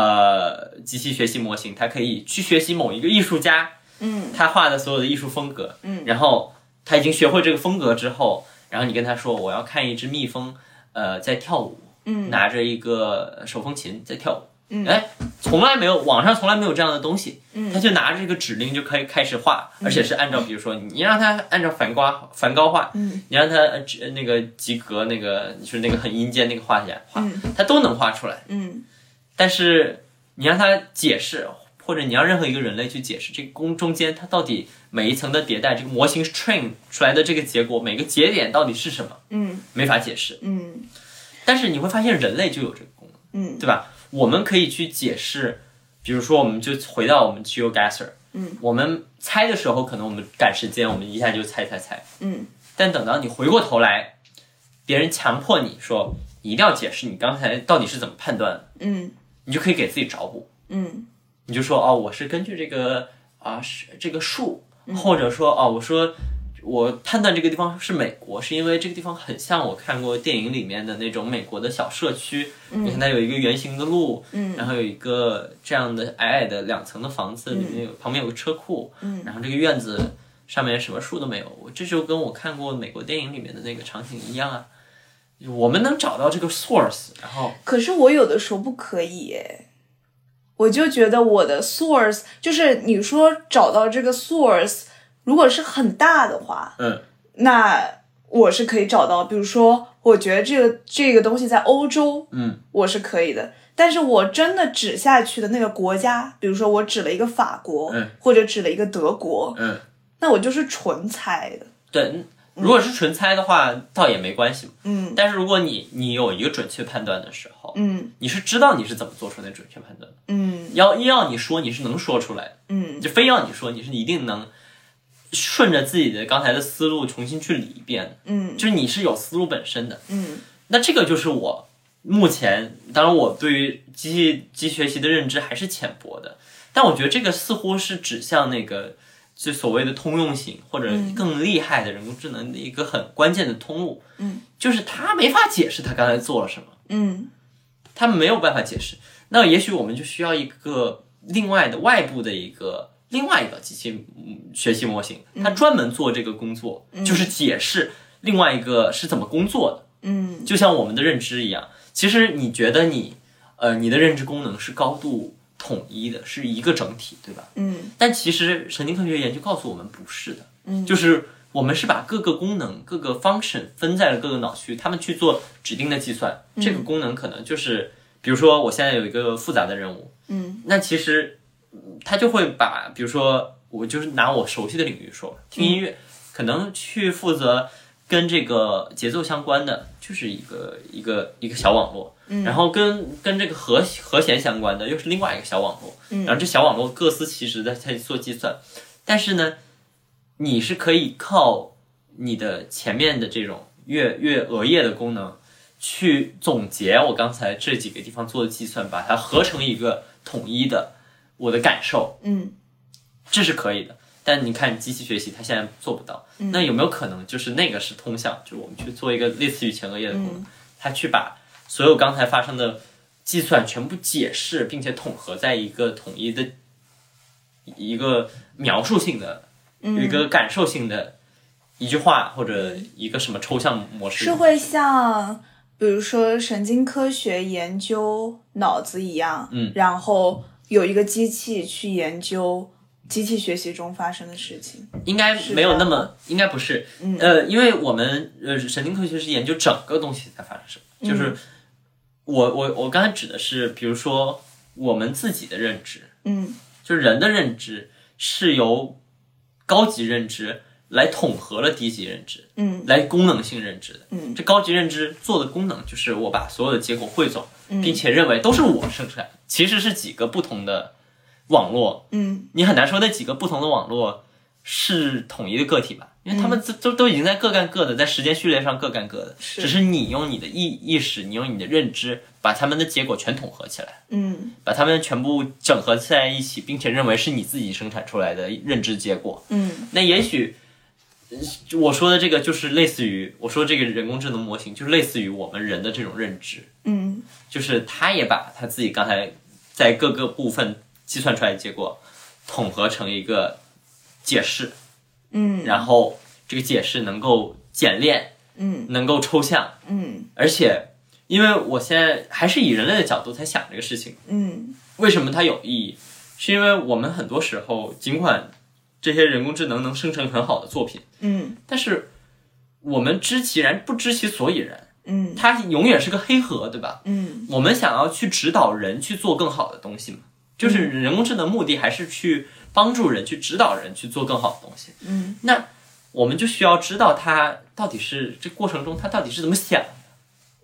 S2: 呃机器学习模型，它可以去学习某一个艺术家，
S3: 嗯
S2: 他画的所有的艺术风格，
S3: 嗯
S2: 然后他已经学会这个风格之后，然后你跟他说我要看一只蜜蜂，呃，在跳舞，
S3: 嗯
S2: 拿着一个手风琴在跳舞，
S3: 嗯
S2: 哎，从来没有网上从来没有这样的东西，嗯，他就拿着这个指令就可以开始画，而且是按照比如说你让他按照梵高梵高画，
S3: 嗯，
S2: 你让他呃指那个及格那个就是那个很阴间那个画家画，
S3: 嗯
S2: 他都能画出来。
S3: 嗯
S2: 但是你让他解释，或者你让任何一个人类去解释这个工中间它到底每一层的迭代，这个模型 train 出来的这个结果，每个节点到底是什么，
S3: 嗯
S2: 没法解释。
S3: 嗯
S2: 但是你会发现人类就有这个功能，
S3: 嗯
S2: 对吧？我们可以去解释，比如说我们就回到我们 geoguesser，
S3: 嗯，
S2: 我们猜的时候可能我们赶时间，我们一下就猜猜猜，
S3: 嗯
S2: 但等到你回过头来，别人强迫你说你一定要解释你刚才到底是怎么判断的，
S3: 嗯
S2: 你就可以给自己找补。
S3: 嗯
S2: 你就说哦，我是根据这个啊是这个树，
S3: 嗯
S2: 或者说哦，我说我判断这个地方是美国，是因为这个地方很像我看过电影里面的那种美国的小社区。你看它有一个圆形的路，
S3: 嗯
S2: 然后有一个这样的矮矮的两层的房子，里面有旁边有个车库，
S3: 嗯
S2: 然后这个院子上面什么树都没有，我这就跟我看过美国电影里面的那个场景一样啊。我们能找到这个 source，然后
S3: 可是我有的时候不可以耶，我就觉得我的 source 就是你说找到这个 source，如果是很大的话，
S2: 嗯
S3: 那我是可以找到。比如说，我觉得这个这个东西在欧洲，
S2: 嗯，
S3: 我是可以的。但是我真的指下去的那个国家，比如说我指了一个法国，
S2: 嗯
S3: 或者指了一个德国，
S2: 嗯。
S3: 那我就是纯猜的。
S2: 对，如果是纯猜的话，倒也没关系嘛。
S3: 嗯
S2: 但是如果你你有一个准确判断的时候，
S3: 嗯
S2: 你是知道你是怎么做出那准确判断的。
S3: 嗯
S2: 要硬要你说，你是能说出来的；
S3: 嗯
S2: 就非要你说，你是一定能顺着自己的刚才的思路重新去理一遍。
S3: 嗯
S2: 就是你是有思路本身的。
S3: 嗯
S2: 那这个就是我目前，当然我对于机器机器学习的认知还是浅薄的，但我觉得这个似乎是指向那个就所谓的通用性或者更厉害的人工智能的一个很关键的通路。
S3: 嗯，
S2: 就是他没法解释他刚才做了什么，
S3: 嗯
S2: 他没有办法解释。那也许我们就需要一个另外的外部的一个另外一个机器嗯学习模型，它专门做这个工作，就是解释另外一个是怎么工作的。
S3: 嗯
S2: 就像我们的认知一样，其实你觉得你，呃，你的认知功能是高度统一的，是一个整体，对吧？
S3: 嗯
S2: 但其实神经科学研究告诉我们不是的，
S3: 嗯
S2: 就是我们是把各个功能、各个 function 分在了各个脑区，他们去做指定的计算。
S3: 嗯
S2: 这个功能可能就是，比如说我现在有一个复杂的任务，
S3: 嗯
S2: 那其实嗯它就会把，比如说我就是拿我熟悉的领域说，听
S3: 嗯
S2: 音乐，可能去负责跟这个节奏相关的，就是一个一个一个小网络。然后跟跟这个和和弦相关的又是另外一个小网络，然后这小网络各司其职的在做计算，但是呢，你是可以靠你的前面的这种月月额叶的功能去总结我刚才这几个地方做的计算，把它合成一个统一的我的感受，
S3: 嗯
S2: 这是可以的。但你看机器学习，它现在做不到，那有没有可能就是那个是通向，就是我们去做一个类似于前额叶的功能，它去把所有刚才发生的计算全部解释，并且统合在一个统一的一个描述性的、一个感受性的一句话或者一个什么抽象模式
S3: 是会像比如说神经科学研究脑子一样，
S2: 嗯
S3: 然后有一个机器去研究机器学习中发生的事情，
S2: 应该没有那么，应该不是，
S3: 嗯
S2: 呃，因为我们呃神经科学是研究整个东西在发生什
S3: 嗯
S2: 么，就是我我我刚才指的是，比如说我们自己的认知，
S3: 嗯
S2: 就是人的认知是由高级认知来统合了低级认知，
S3: 嗯，
S2: 来功能性认知的，
S3: 嗯
S2: 这高级认知做的功能就是我把所有的结果汇总，
S3: 嗯
S2: 并且认为都是我生出来的，其实是几个不同的网络
S3: 嗯
S2: 你很难说那几个不同的网络是统一的个体吧，因为他们都都都已经在各干各的，在时间序列上各干各的，
S3: 是
S2: 只是你用你的意意识，你用你的认知，把他们的结果全统合起来，
S3: 嗯
S2: 把他们全部整合在一起，并且认为是你自己生产出来的认知结果。
S3: 嗯
S2: 那也许。呃我说的这个就是类似于我说这个人工智能模型，就是类似于我们人的这种认知，
S3: 嗯
S2: 就是他也把他自己刚才在各个部分计算出来的结果统合成一个解释，
S3: 嗯
S2: 然后这个解释能够简练，
S3: 嗯
S2: 能够抽象，
S3: 嗯
S2: 而且因为我现在还是以人类的角度在想这个事情，
S3: 嗯
S2: 为什么它有意义？是因为我们很多时候，尽管这些人工智能能生成很好的作品，
S3: 嗯
S2: 但是我们知其然不知其所以然，
S3: 嗯
S2: 它永远是个黑盒，对吧？
S3: 嗯
S2: 我们想要去指导人去做更好的东西嘛，就是人工智能目的还是去帮助人、去指导人去做更好的东西。
S3: 嗯，
S2: 那我们就需要知道他到底是这过程中他到底是怎么想的，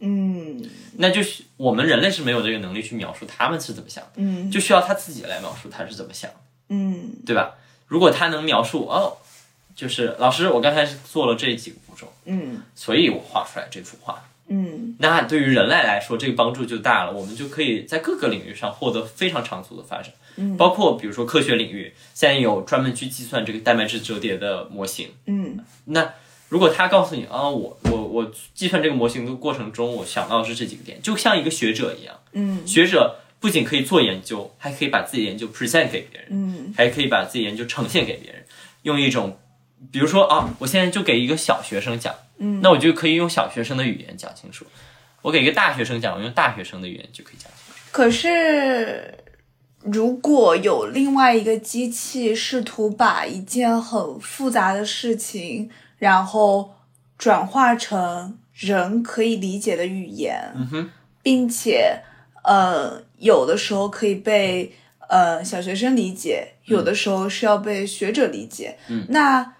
S3: 嗯
S2: 那就是我们人类是没有这个能力去描述他们是怎么想的，
S3: 嗯
S2: 就需要他自己来描述他是怎么想的，
S3: 嗯
S2: 对吧？如果他能描述哦，就是老师，我刚才是做了这几个步骤，
S3: 嗯
S2: 所以我画出来这幅画，
S3: 嗯
S2: 那对于人类来说，这个帮助就大了，我们就可以在各个领域上获得非常长足的发展，嗯，包括比如说科学领域，现在有专门去计算这个蛋白质折叠的模型。
S3: 嗯
S2: 那如果他告诉你啊，我我我计算这个模型的过程中，我想到的是这几个点，就像一个学者一样，
S3: 嗯
S2: 学者不仅可以做研究，还可以把自己的研究 present 给别人，
S3: 嗯
S2: 还可以把自己研究呈现给别人，用一种，比如说啊，我现在就给一个小学生讲，嗯，那我就可以用小学生的语言讲清楚；我给一个大学生讲，我用大学生的语言就可以讲清楚。
S3: 可是，如果有另外一个机器试图把一件很复杂的事情，然后转化成人可以理解的语言，
S2: 嗯哼，
S3: 并且，呃，有的时候可以被呃小学生理解，有的时候是要被学者理解。
S2: 嗯
S3: 那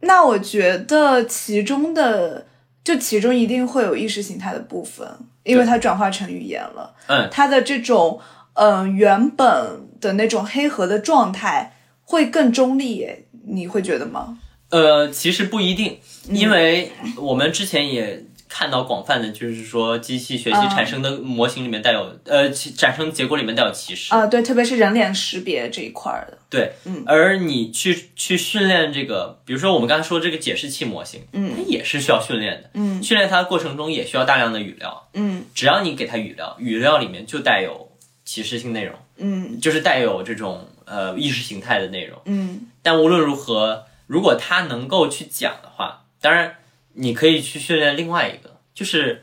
S3: 那我觉得其中的就其中一定会有意识形态的部分，因为
S2: 对
S3: 它转化成语言了，
S2: 嗯，
S3: 它的这种嗯、呃原本的那种黑盒的状态会更中立耶，你会觉得吗？
S2: 嗯呃，其实不一定，因为我们之前也看到广泛的就是说机器学习产生的模型里面带有、呃其产生结果里面带有歧视。
S3: 啊，对，特别是人脸识别这一块儿的，
S2: 对，哦嗯，而你去去训练这个，比如说我们刚才说这个解释器模型，嗯，它也是需要训练的，嗯，训练它的过程中也需要大量的语料，
S3: 嗯，
S2: 只要你给它语料，语料里面就带有歧视性内容，
S3: 嗯
S2: 就是带有这种呃意识形态的内容。
S3: 嗯
S2: 但无论如何，如果它能够去讲的话，当然你可以去训练另外一个，就是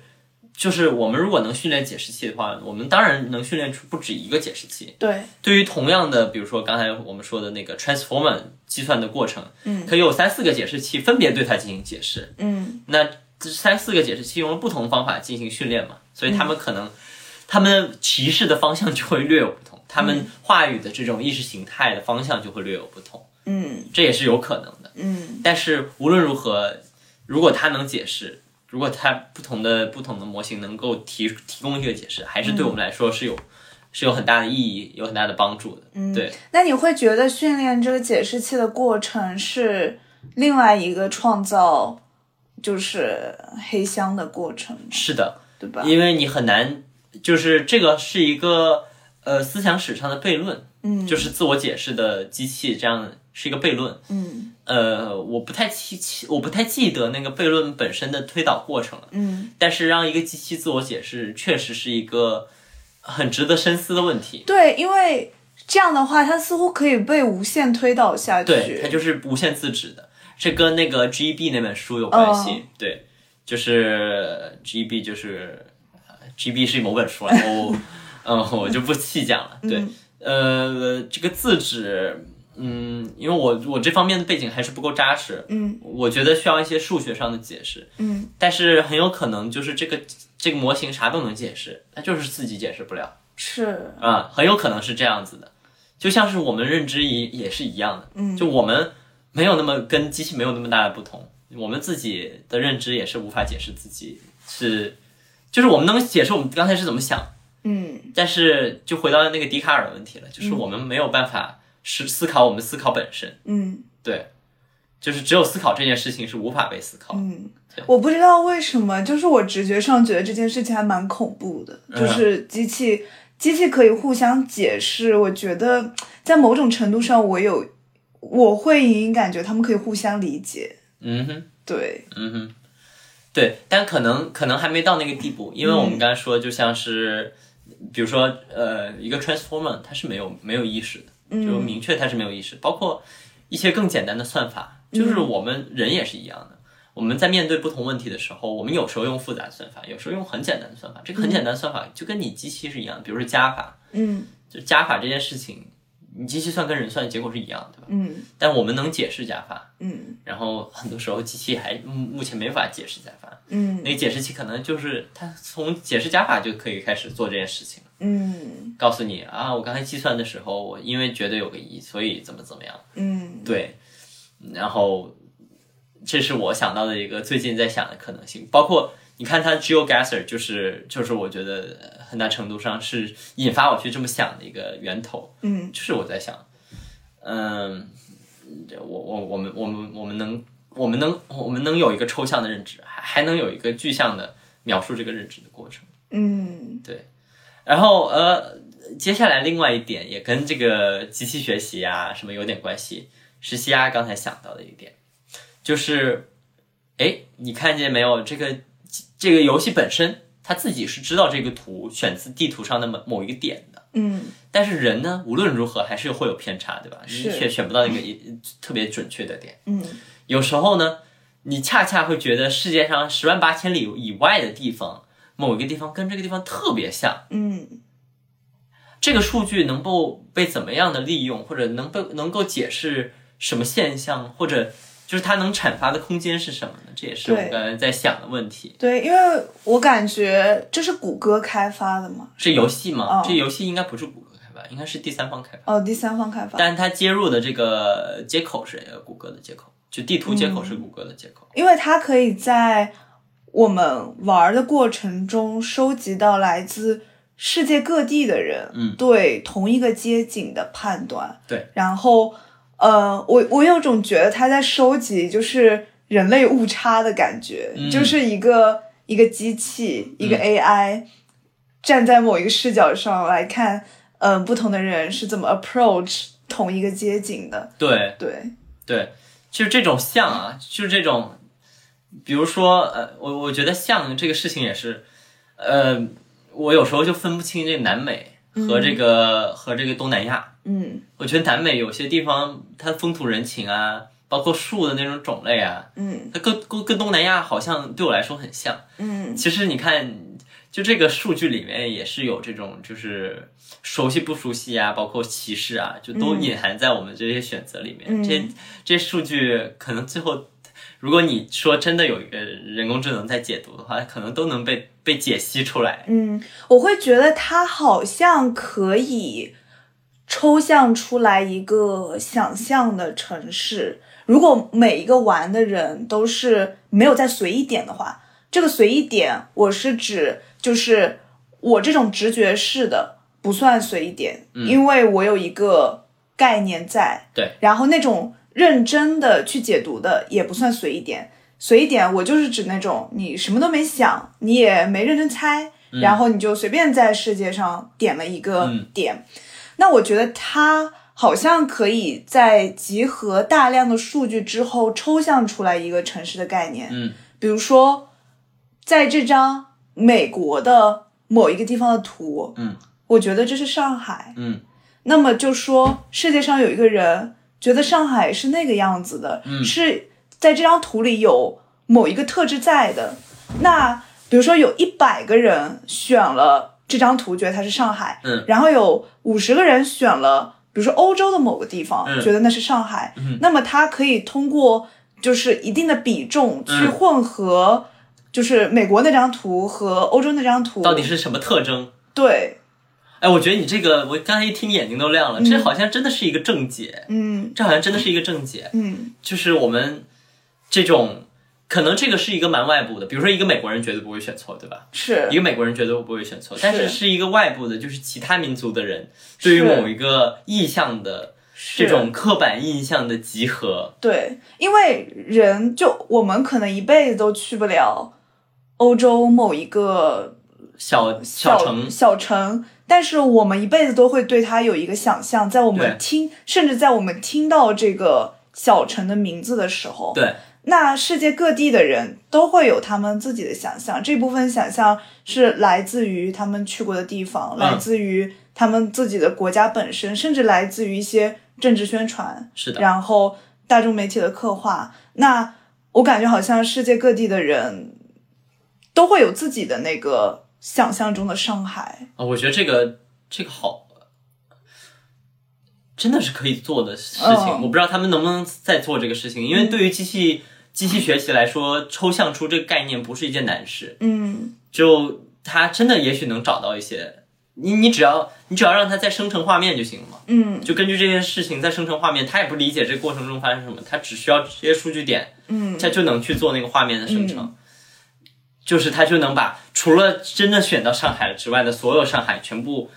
S2: 就是我们如果能训练解释器的话，我们当然能训练出不止一个解释器。
S3: 对，
S2: 对于同样的，比如说刚才我们说的那个 transformer 计算的过程，嗯，可以有三四个解释器分别对它进行解释。
S3: 嗯
S2: 那这三四个解释器用了不同方法进行训练嘛，所以他们可能、他们歧视的方向就会略有不同，他们话语的这种意识形态的方向就会略有不同，
S3: 嗯
S2: 这也是有可能的。
S3: 嗯
S2: 但是无论如何，如果它能解释，如果它不同的不同的模型能够提提供一个解释，还是对我们来说是有、是有很大的意义，有很大的帮助的。
S3: 嗯，
S2: 对。
S3: 那你会觉得训练这个解释器的过程是另外一个创造就是黑箱的过程吗，
S2: 是的，
S3: 对吧？
S2: 因为你很难，就是这个是一个呃思想史上的悖论，
S3: 嗯，
S2: 就是自我解释的机器这样是一个悖论。
S3: 嗯
S2: 呃，我不太记记，我不太记得那个悖论本身的推导过程了。
S3: 嗯，
S2: 但是让一个机器自我解释，确实是一个很值得深思的问题。
S3: 对，因为这样的话，它似乎可以被无限推导下去。
S2: 对，它就是无限自指的，这跟那个 GB 那本书有关系。
S3: 哦
S2: 对，就是 GB 就是呃 GB 是某本
S3: *laughs*
S2: 书来，我嗯我就不细讲了。对，
S3: 嗯
S2: 呃，这个自指，嗯，因为我我这方面的背景还是不够扎实，
S3: 嗯
S2: 我觉得需要一些数学上的解释，
S3: 嗯
S2: 但是很有可能就是这个这个模型啥都能解释，它就是自己解释不了。
S3: 是
S2: 啊、很有可能是这样子的，就像是我们认知也也是一样的，
S3: 嗯
S2: 就我们没有那么跟机器没有那么大的不同，我们自己的认知也是无法解释自己是，就是我们能解释我们刚才是怎么想，
S3: 嗯
S2: 但是就回到那个笛卡尔的问题了，就是我们没有办法是思考我们思考本身，
S3: 嗯
S2: 对，就是只有思考这件事情是无法被思考，
S3: 嗯
S2: 对，
S3: 我不知道为什么，就是我直觉上觉得这件事情还蛮恐怖的，
S2: 嗯
S3: 就是机器机器可以互相解释，我觉得在某种程度上，我有我会隐隐感觉他们可以互相理解。
S2: 嗯哼。
S3: 对，
S2: 嗯哼，对，但可能可能还没到那个地步，因为我
S3: 嗯
S2: 们刚才说，就像是、比如说呃，一个 transformer 它是没有没有意识的，就
S3: 嗯
S2: 明确它是没有意识，包括一些更简单的算法，就是
S3: 嗯
S2: 我们人也是一样的。我们在面对不同问题的时候，我们有时候用复杂的算法，有时候用很简单的算法。这个很简单的算法就跟你机器是一样的，比如说加法，
S3: 嗯
S2: 就加法这件事情，你机器算跟人算的结果是一样的，对吧？
S3: 嗯
S2: 但我们能解释加法，
S3: 嗯
S2: 然后很多时候机器还目目前没法解释加法，
S3: 嗯
S2: 那个解释器可能就是它从解释加法就可以开始做这件事情了，
S3: 嗯
S2: 告诉你啊，我刚才计算的时候，我因为觉得有个一，所以怎么怎么样，
S3: 嗯，
S2: 对，然后这是我想到的一个最近在想的可能性，包括你看它 GeoGuessr 就是就是我觉得呃很大程度上是引发我去这么想的一个源头，
S3: 嗯
S2: 就是我在想，嗯，这我我我们我们我们能我们能我们能有一个抽象的认知，还还能有一个具象的描述这个认知的过程。
S3: 嗯
S2: 然后呃，接下来另外一点也跟这个机器学习啊什么有点关系，是西亚刚才想到的一点，就是，哎，你看见没有？这个这个游戏本身它自己是知道这个图选自地图上的某某一个点的。
S3: 嗯
S2: 但是人呢，无论如何还是会有偏差，对吧？你
S3: 是
S2: 选选不到一个一特别准确的点。
S3: 嗯
S2: 有时候呢，你恰恰会觉得世界上十万八千里以外的地方，某一个地方跟这个地方特别像。
S3: 嗯
S2: 这个数据能够被怎么样的利用，或者能被能够解释什么现象，或者就是它能阐发的空间是什么呢？这也是我们
S3: 对
S2: 刚才在想的问题。
S3: 对，因为我感觉这是谷歌开发的嘛，
S2: 这游戏吗？
S3: 哦
S2: 这游戏应该不是谷歌开发，应该是第三方开发。
S3: 哦，第三方开发，
S2: 但它接入的这个接口是啊谷歌的接口，就地图接口是谷歌的接口。
S3: 因为它可以在我们玩儿的过程中收集到来自世界各地的人，
S2: 嗯
S3: 对同一个街景的判断，
S2: 对，
S3: 然后，呃，我我有种觉得他在收集就是人类误差的感觉，
S2: 嗯
S3: 就是一个。一个机器、一个 AI，、站在某一个视角上来看，嗯、不同的人是怎么 approach 同一个街景的。
S2: 对
S3: 对，
S2: 对，就是这种像啊，就是这种，比如说呃，我我觉得像这个事情也是，呃，我有时候就分不清这个南美和这个、和这个东南亚。
S3: 嗯
S2: 我觉得南美有些地方它风土人情啊，包括树的那种种类啊，
S3: 嗯
S2: 它跟跟跟东南亚好像对我来说很像。
S3: 嗯
S2: 其实你看，就这个数据里面也是有这种，就是熟悉不熟悉啊，包括歧视啊，就都
S3: 嗯
S2: 隐含在我们这些选择里面。
S3: 嗯
S2: 这这数据可能最后，如果你说真的有一个人工智能在解读的话，可能都能被被解析出来。
S3: 嗯，我会觉得它好像可以抽象出来一个想象的城市。如果每一个玩的人都是没有在随意点的话，这个随意点，我是指就是我这种直觉式的不算随意点，因为我有一个概念在。
S2: 嗯对，
S3: 然后那种认真的去解读的也不算随意点。随意点，我就是指那种你什么都没想，你也没认真猜，然后你就随便在世界上点了一个
S2: 嗯
S3: 点。那我觉得它好像可以在集合大量的数据之后，抽象出来一个城市的概念。
S2: 嗯，
S3: 比如说，在这张美国的某一个地方的图，
S2: 嗯，
S3: 我觉得这是上海，
S2: 嗯，
S3: 那么就说世界上有一个人觉得上海是那个样子的，
S2: 嗯
S3: 是在这张图里有某一个特质在的。那比如说有一百个人选了这张图，觉得它是上海，
S2: 嗯
S3: 然后有五十个人选了，比如说欧洲的某个地方，
S2: 嗯
S3: 觉得那是上海，
S2: 嗯
S3: 那么它可以通过就是一定的比重去
S2: 嗯
S3: 混合，就是美国那张图和欧洲那张图，
S2: 到底是什么特征？
S3: 对，
S2: 哎，我觉得你这个，我刚才一听眼睛都亮了，这好像真的是一个正解，
S3: 嗯
S2: 这好像真的是一个正解。
S3: 嗯
S2: 就是我们这种，可能这个是一个蛮外部的，比如说一个美国人绝对不会选错，对吧？
S3: 是
S2: 一个美国人绝对不会选错，但是是一个外部的，就是其他民族的人对于
S3: 是
S2: 某一个意向的这
S3: 是
S2: 种刻板印象的集合。
S3: 对，因为人就我们可能一辈子都去不了欧洲某一个
S2: 小
S3: 小
S2: 城，
S3: 小城，但是我们一辈子都会对它有一个想象，在我们
S2: 对
S3: 听，甚至在我们听到这个小城的名字的时候，
S2: 对
S3: 那世界各地的人都会有他们自己的想象，这部分想象是来自于他们去过的地方，来
S2: 嗯
S3: 自于他们自己的国家本身，甚至来自于一些政治宣传，
S2: 是的
S3: 然后大众媒体的刻画。那我感觉好像世界各地的人都会有自己的那个想象中的上海，
S2: 啊，我觉得这个这个好。真的是可以做的事情，
S3: 嗯
S2: 我不知道他们能不能再做这个事情，因为对于机器机器学习来说，抽象出这个概念不是一件难事。
S3: 嗯
S2: 就他真的也许能找到一些，你你只要你只要让他再生成画面就行了嘛，
S3: 嗯
S2: 就根据这件事情再生成画面，他也不理解这过程中发生什么，他只需要这些数据点，
S3: 嗯
S2: 他就能去做那个画面的生成，就是他就能把除了真的选到上海了之外的所有上海全部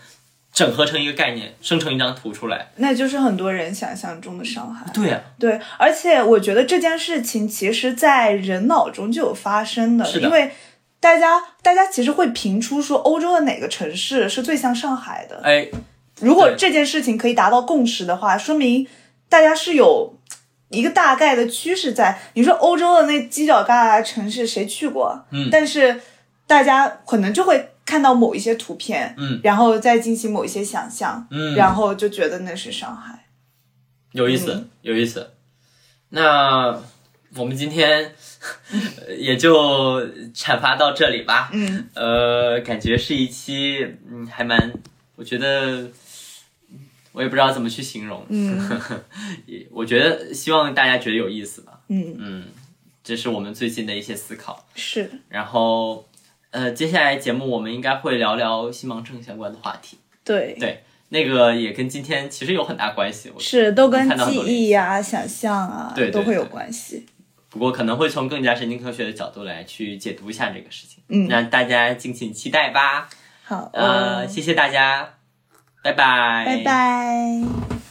S2: 整合成一个概念，生成一张图出来。
S3: 那就是很多人想象中的上海。
S2: 对呀、
S3: 对，啊而且我觉得这件事情其实，在人脑中就有发生的，
S2: 是的
S3: 因为大家大家其实会评出说欧洲的哪个城市是最像上海的。
S2: 哎，
S3: 如果
S2: 对
S3: 这件事情可以达到共识的话，说明大家是有一个大概的趋势在。你说欧洲的那犄角旮旯城市谁去过？
S2: 嗯
S3: 但是大家可能就会看到某一些图片，
S2: 嗯
S3: 然后再进行某一些想象，
S2: 嗯，
S3: 然后就觉得那是上海。
S2: 有意
S3: 嗯
S2: 思，有意思。那我们今天呃 *laughs* 也就阐发到这里吧。
S3: 嗯，
S2: 呃，感觉是一期，嗯，还蛮，我觉得，我也不知道怎么去形容。
S3: 嗯
S2: *laughs* 也我觉得希望大家觉得有意思吧。
S3: 嗯，
S2: 嗯，这是我们最近的一些思考。
S3: 是。
S2: 然后，呃，接下来节目我们应该会聊聊新盲症相关的话题。
S3: 对，
S2: 对那个也跟今天其实有很大关系，我
S3: 是都跟
S2: 看到很
S3: 记
S2: 多
S3: 忆呀、想象啊
S2: 对对
S3: 都会有
S2: 对
S3: 关系。
S2: 不过可能会从更加神经科学的角度来去解读一下这个事情。
S3: 嗯
S2: 那大家敬请期待吧。
S3: 好，
S2: 呃，
S3: 哦
S2: 谢谢大家，拜拜，
S3: 拜拜。